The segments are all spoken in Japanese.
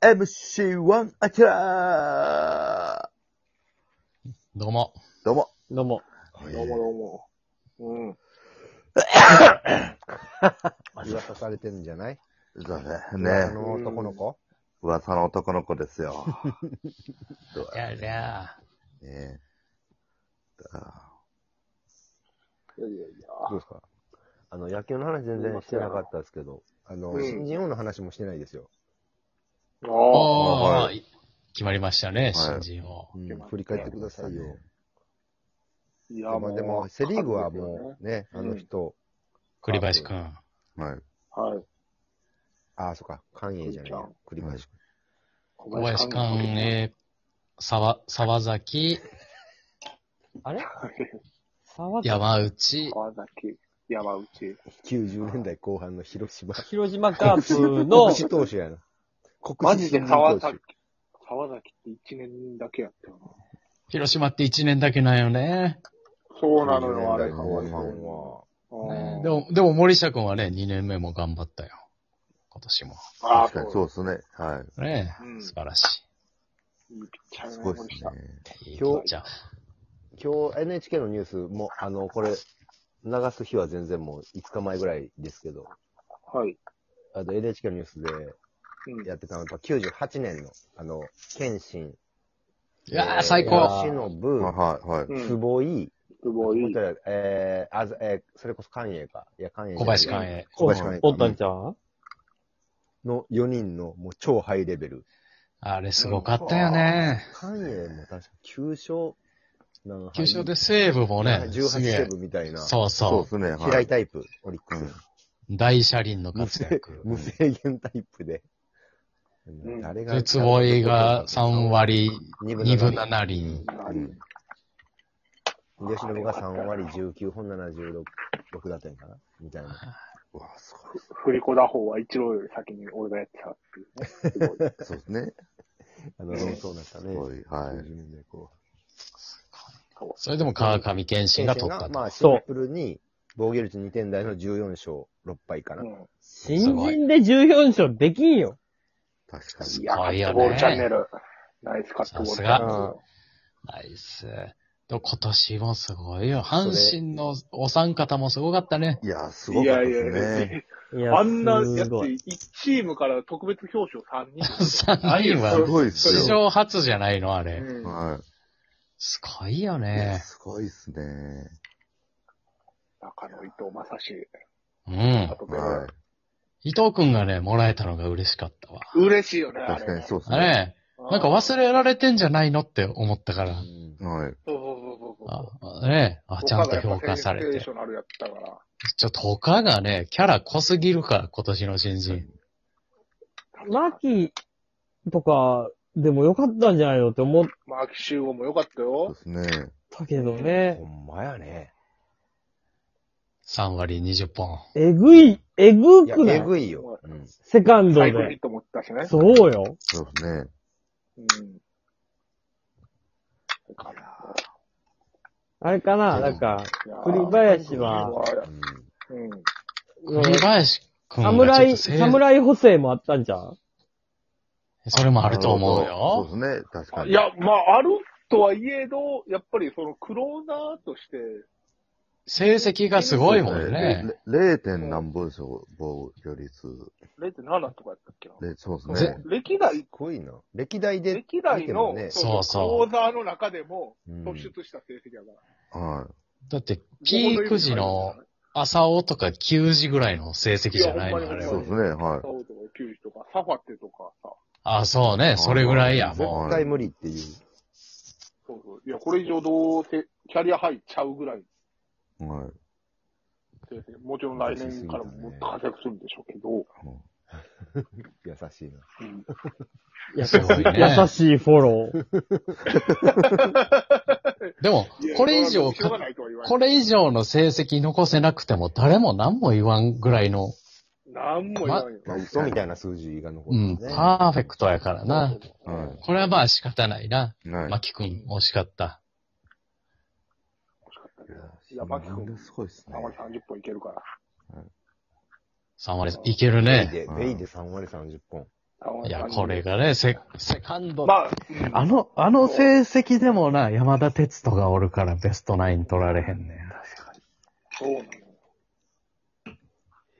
4MC1 アキラどうも。ーどうも。どうも。どうもどうも。うん。噂されてるんじゃないそうですあね。の男の子噂の男の子です よ。そういやいや。ねねだいやいやいどうですかあの、野球の話全然してなかったですけど、あの、うん新人王の話もしてないですよ。や。ああ。おはー、決まりましたね、はい新人を。うんうん振り返ってくださいよ。いまや、あでも、セリーグはもうね、うんあの人、栗林くん。はい。う。はい。ああ、そっか、関英じゃないよ。栗林君。小小林寛永、沢、沢崎、あれ沢崎山内、川崎、山内。 90年代後半の広島。広島カープの 国、士投手やな。国マ士ジ新で人川投手崎。川崎って1年だけやったよな。広島って1年だけなんよね。そうなのよ、あ90れ。年代後半は。ねうんでも、でも森下くんはね、2年目も頑張ったよ。今年も。ああ、確そかうに。そうですね。はねうん素晴らしいいピッチャい。すーごいでがね、すした。ね。い。いいピ今ッ日チャー。今日 NHK のニュースも、あの、これ、流す日は全然もう5日前ぐらいですけど、はい。あと NHK のニュースでうん。やってたのは、98年の、あの、謙信。いやー、最高。慶喜はい、はい。うん坪井、すごい。本当にえーあずえーそれこそ関栄か。いや、関栄。小林寛栄。永。小林寛おったん栄。ちゃうの4人の、もう超ハイレベル。あれすごかったよね。関栄も確か9勝、優勝で西武もね、 18すげセえー。ブみたいな。そうそうそですね。は平井い。タイプ、オリックス。う。大車輪の無活制躍。無制限タイプで。ん誰で、坪井が3割2 2分7厘。うん吉野が3割19本76、6打点かなみたいな。うわ、すご振り子打法は一郎より先に俺がやってたっていうね。い。そうです ね。あの、論争になったすね。ごい。はい。 90年代後それでも川上健半信が取ったまと。あ、シンプルに、防御率2点台の14勝6敗かな。うん。す新ごい人で14勝できんよ。確かいに。や、カごいよねットボールチャンネル。ナイスカットボールチャンネさル。ナイス。でも今年もすごいよ。阪神のお三方もすごかったね。いや、すごかったですいやいやいね。いやあんなやすつ、ごい。 1チームから特別表彰3人。 3人すはごいです史よ。上初じゃないのあれ。うんはすごい。いよいやね。すごいですね。中野伊藤正史。うんあ。とベロは伊藤くんがね、もらえたのが嬉しかったわ。嬉しいよね、い。あ確かにれ。そうですあね。れ、なんか忘れられてんじゃないのって思ったから。はい。そうそうそうそうそう。あねあ、ちゃんと評価されセンてセーシ。ョナルやったから。ちょ、とかがね、キャラ濃すぎるから、今年の新人。マキとかでもよかったんじゃないのって思っマーキ集合も良かったそうよ。ですね。たけどほね。んまやね。 3割20本。えぐい、えぐいや、くなえいぐいよ。うんセカンドサイクルヒでッ。トも打ったしね。そうよ。そうですね。うん。だから、あれかうな、んなんか、いやー栗林は、うん。栗林くんがちょっと侍、せい侍補正もあったんじゃんそれもあると思うよ。そうですね。確かあに。いや、まあ、あるとはいえど、やっぱりそのクローナーとして、成績がすごいもんね。れ。0. 何本勝防御率。 0.7とかやったっけな。で、そうですね。歴す代、ごいな。歴代で。歴代の、見てもねそうそう講座の中でもうん突出した成績だから。はだって、ピーク時の朝尾とか9時ぐらいの成績じゃないの、あい。れそうはで。すね。はサオとかキュウリとか、サファテとかさ。あ、そうね。それぐらいや、も絶対無理っていう。そうそう。いや、これ以上どうせ、キャリアハイちゃうぐらいい。はい。成績。もちろん来年からももっと活躍するんでしょうけど。優しいな。う。すごい優ね。しいフォロー。でも、これ以い上やしょうか、がないとは言わないこれ以上の成績残せなくても誰も何も言わんぐらいの、なんも言わんよ。まあ、嘘みたいな数字が残っうてん、るパーフェクトやからな。はこれはまあ仕方ないな。い。はい。牧くん、惜しかった。いや、マキ君、すごいですねあ。まり30本いけるから。 3割、いけるね。ベイで、ベイで3割30本。 3いや、これ。がね、セ、セカンド。まあ、あの、あの成績でもな、山田哲人がおるからベストナイン取られへんねん。そうなの。い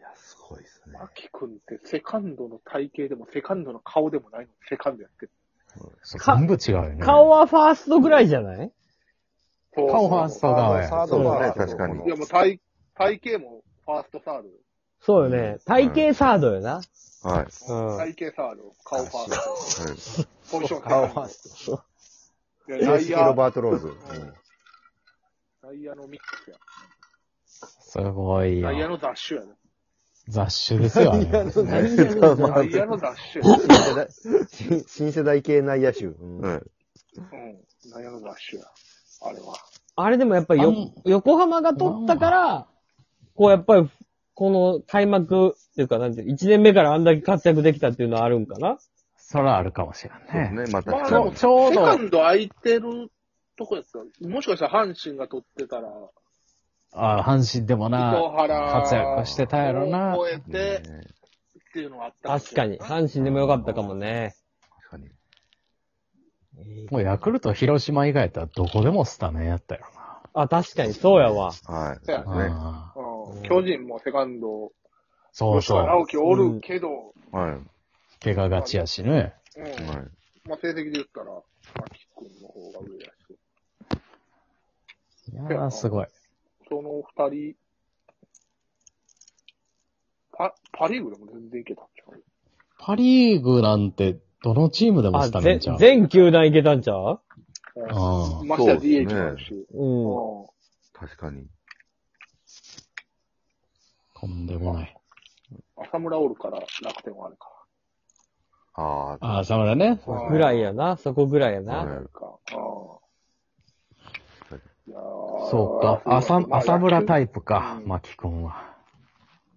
や、すごいですね。マキ君ってセカンドの体型でもセカンドの顔でもないのにセカンドやってる。そうか全部違うよね。顔はファーストぐらいじゃないそう顔ファースト側やサーそうドですねサー確ドかにいや、もう体、体型もファーストサード。そうよね。体型サードよな。はい。はい。うん。体型サード、顔ファースト。ポジションセカン顔ドファースト。いやジェ内シー・ロ野、バート・ローズ。内野のミックスや。すごい内野よ。の雑種やね。雑種ですよ、あれ何やろうな内野の雑種やね。新世代新新世代系内野手。うんはい。うん。内野の雑種や。あれは。 あれでもやっぱりあよん横浜が取ったから、こうやっぱり、この開幕っていうか、なんて、1年目からあんだけ活躍できたっていうのはあるんかなそらあるかもしれんね。ね、また、まあちょちょうセカど、ンド空いてるとこやった。もしかしたら阪神が取ってたら、あ阪神でも糸な、原活躍してたやろなを。超えてねっていうのがあったもし確かれなに。い阪神でもよかったかもね。確かに。もうヤクルト、広島以外やったらどこでもスタメンやったよあ、確かに、そうやわ。はい。そうやな。ね。ああうん巨人もセカンド、そう吉川そう。直樹おるけど、はい。怪我がちやしね。うん。はい。まあ、成績で言ったら、牧君の方が上やし。いやー、すごい。その二人、パ、パリーグでも全然いけたんちゃうパリーグなんて、どのチームでもあ、スタメンぜちゃう。全球団いけたんちゃうああましてやそうですね DH もあるし。うん。うん確かに。とんでもない。浅村おるから楽天はあれか。ああ、ああ、沢村ね。うんぐらいやな、そこぐらいやはな。いか。あ確あ。そうか。浅、浅村タイイプかう、ん牧くんは。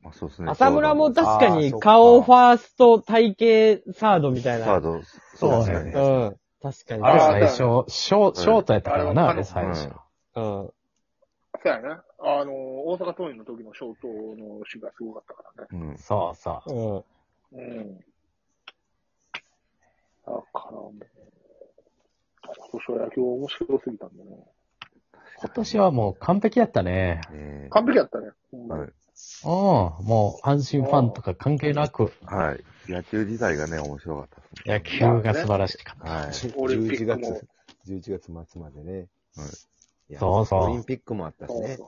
まあ、そうですね。浅村もサ確かあーそにっか顔ファースト、体型サードみたいな。ーうド、そうですねね。ん。確かに。あれあ最ー初、ショーショートやったからな、うんあれ最初。うん。そうやね。あの、大阪桐蔭の時のショートの守備がすごかったからね。うん。そうそう。うん。うん。だからもう、今年は野球面白すぎたんだね。今年はもう完璧やったね。え完璧やったね。うんはいうん。もう、阪神ファンとか関係なく、ーはい。野球自体がね、面白かったですね。野球が素晴らしかっはい。オリンピ11ックも月、11月末までね。はいいやそうそうオリンピックもあったしそうね。そう。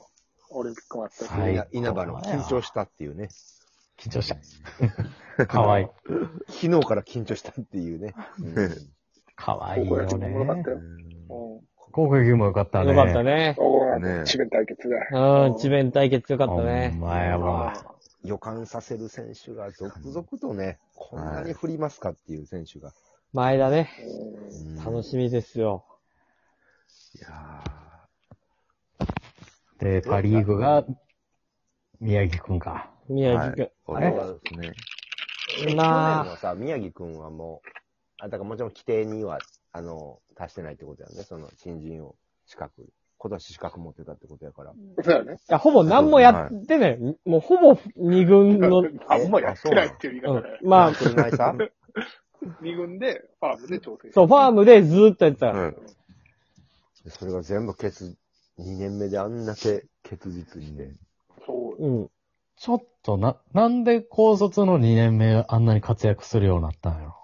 オリンピックもあったし。は稲い稲葉の緊張したっていうね。た。緊張 した。かわいい。昨日から緊張したっていうね。 うかわい高い校よ野球も良かっねた。よ。うん高校野球もよかったね。よかったね。おねー、智弁対決だ。うん、智弁対決よかったおね。前は。ん予感させる選手が続々とね、こんなに振りますかっていう選手が。前田ね。うんうん楽しみですよ。いやで、パリーグが、宮城くんか。ー宮城くん。はいそうですね。去年まあ、のさ、宮城くんはもう、あ、だからもちろん規定には、あの、達してないってことやね。その、新人を資格、今年資格持ってたってことやから。そうやね。いやほぼ何もやってない。もうほぼ二軍 の、うん。あんまやってないっていう言い方だよ。まあ、車いさ二軍で、ファームで調整そう、ファームでずーっとやってた。うん。それが全部結、2年目であんだけ結実して。そううん。ちょっとな、なんで高卒の2年目あんなに活躍するようになったんやろ。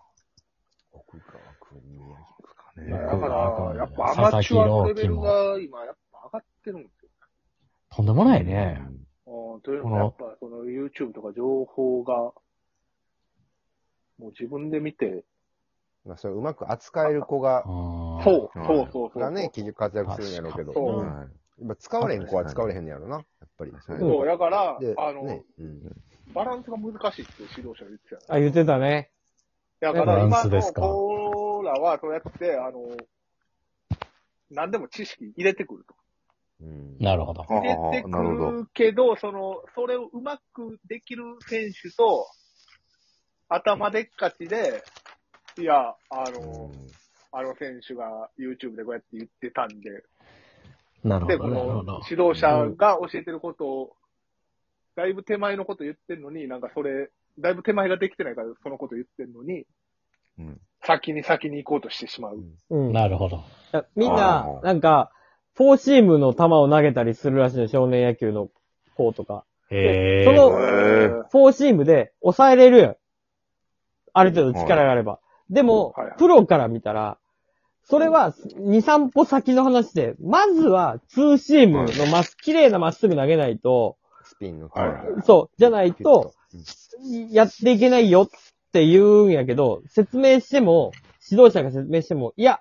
奥川くん、宮城ねだやかっら、やっぱアマチュアレベルが今、やっぱ上がってるんですよ。とんでもないね。うんというのも、やっぱその YouTube とか情報が、もう自分で見て、まあ、それうまく扱える子が、そそう、うんそうそうそう。がね、結局活躍するんやろうけど、そううんはやっぱ使われへん子は使われへんのやろな、やっぱり。確かにそう、だから、で、あの、ね、うん。バランスが難しいって指導者が言ってたよね。あ、言ってたね。だかバらラン今スのですか子らは、そうやって、あの、何でも知識入れてくると。うんい。なるほど。ああ、入れてくなるほど。るけど、その、それをうまくできる選手と、頭でっかちで、いや、あの、あの選手が YouTube でこうやって言ってたんで、なるで、ほこど。なるほのど。指導者が教えてることを、だいぶ手前のこと言ってるのに、なんかそれ、だいぶ手前ができてないから、そのこと言ってるのに、うん。先に先に行こうとしてしまう。うん。なるほど。いやみんあなー、なんか、フォーシームの球を投げたりするらしいの、少年野球の子とか。ええそのへーフォーシームで抑えれるやん。ある程度力があれば。でもはいはい、プロから見たら、それは2、3歩先の話で、まずはツーシームのまっ、綺麗なまっすぐ投げないと、スピンの。はいはいそう、じゃないと、やっていけないよって言うんやけど、説明しても、指導者が説明しても、いや、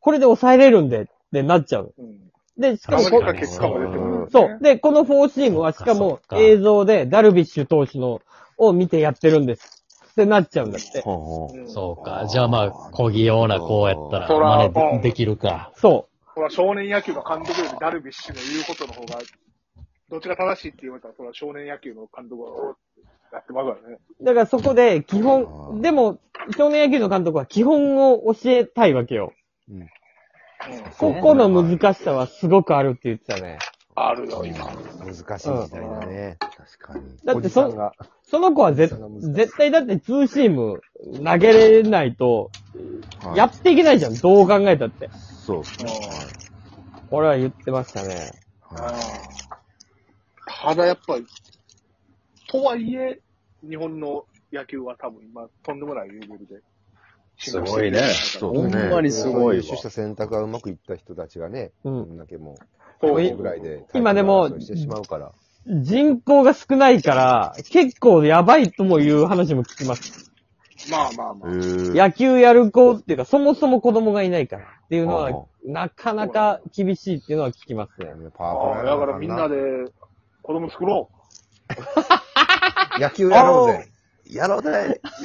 これで抑えれるんでってなっちゃう。うん。で、しか頑も確か張れたに結果が出てくる、ね。そう。で、このフォーシームはしそっかかそもっか映像でダルビッシュ投手のを見てやってるんですってなっちゃうんだって。ほうほうう。んそうか。じゃあまあ、こぎようなこうやったら、そら真似でできるか。そこれは少年野球の監督よりダルビッシュの言うことの方が、どっちが正しいって言われたら、それは少年野球の監督は、おーってやってますからね。う。だからそこで基あ本、ーでも少年野球の監督は基本を教えたいわけよ。そうこねこの難しさはすごくあるって言ってたね。あるよ、今。難しい時代だね。確かに。だっおてじさんそ、がその子は絶難しい絶対だってツーシーム投げれないと、はいやっていけないじゃん。どう考えたって。そうですね。これは言ってましたね。はいはいただやっぱり、とはいえ、日本の野球は多分今、とんでもないレベルで。すごいねそそうですねほんまにすごいわ優秀した選択がうまくいった人たちがね、こうんんだけもう、ういぐらいで、今でもタイトル争いしてしまうから。人口が少ないから、結構やばいともいう話も聞きます。まあまあまあ。へー野球やる子っていうか、そもそも子供がいないからっていうのああ、はなかなか厳しいっていうのは聞きますね。パワあフあルだからみんなで、子供作ろう。野球やろうぜ。やろうね。やろう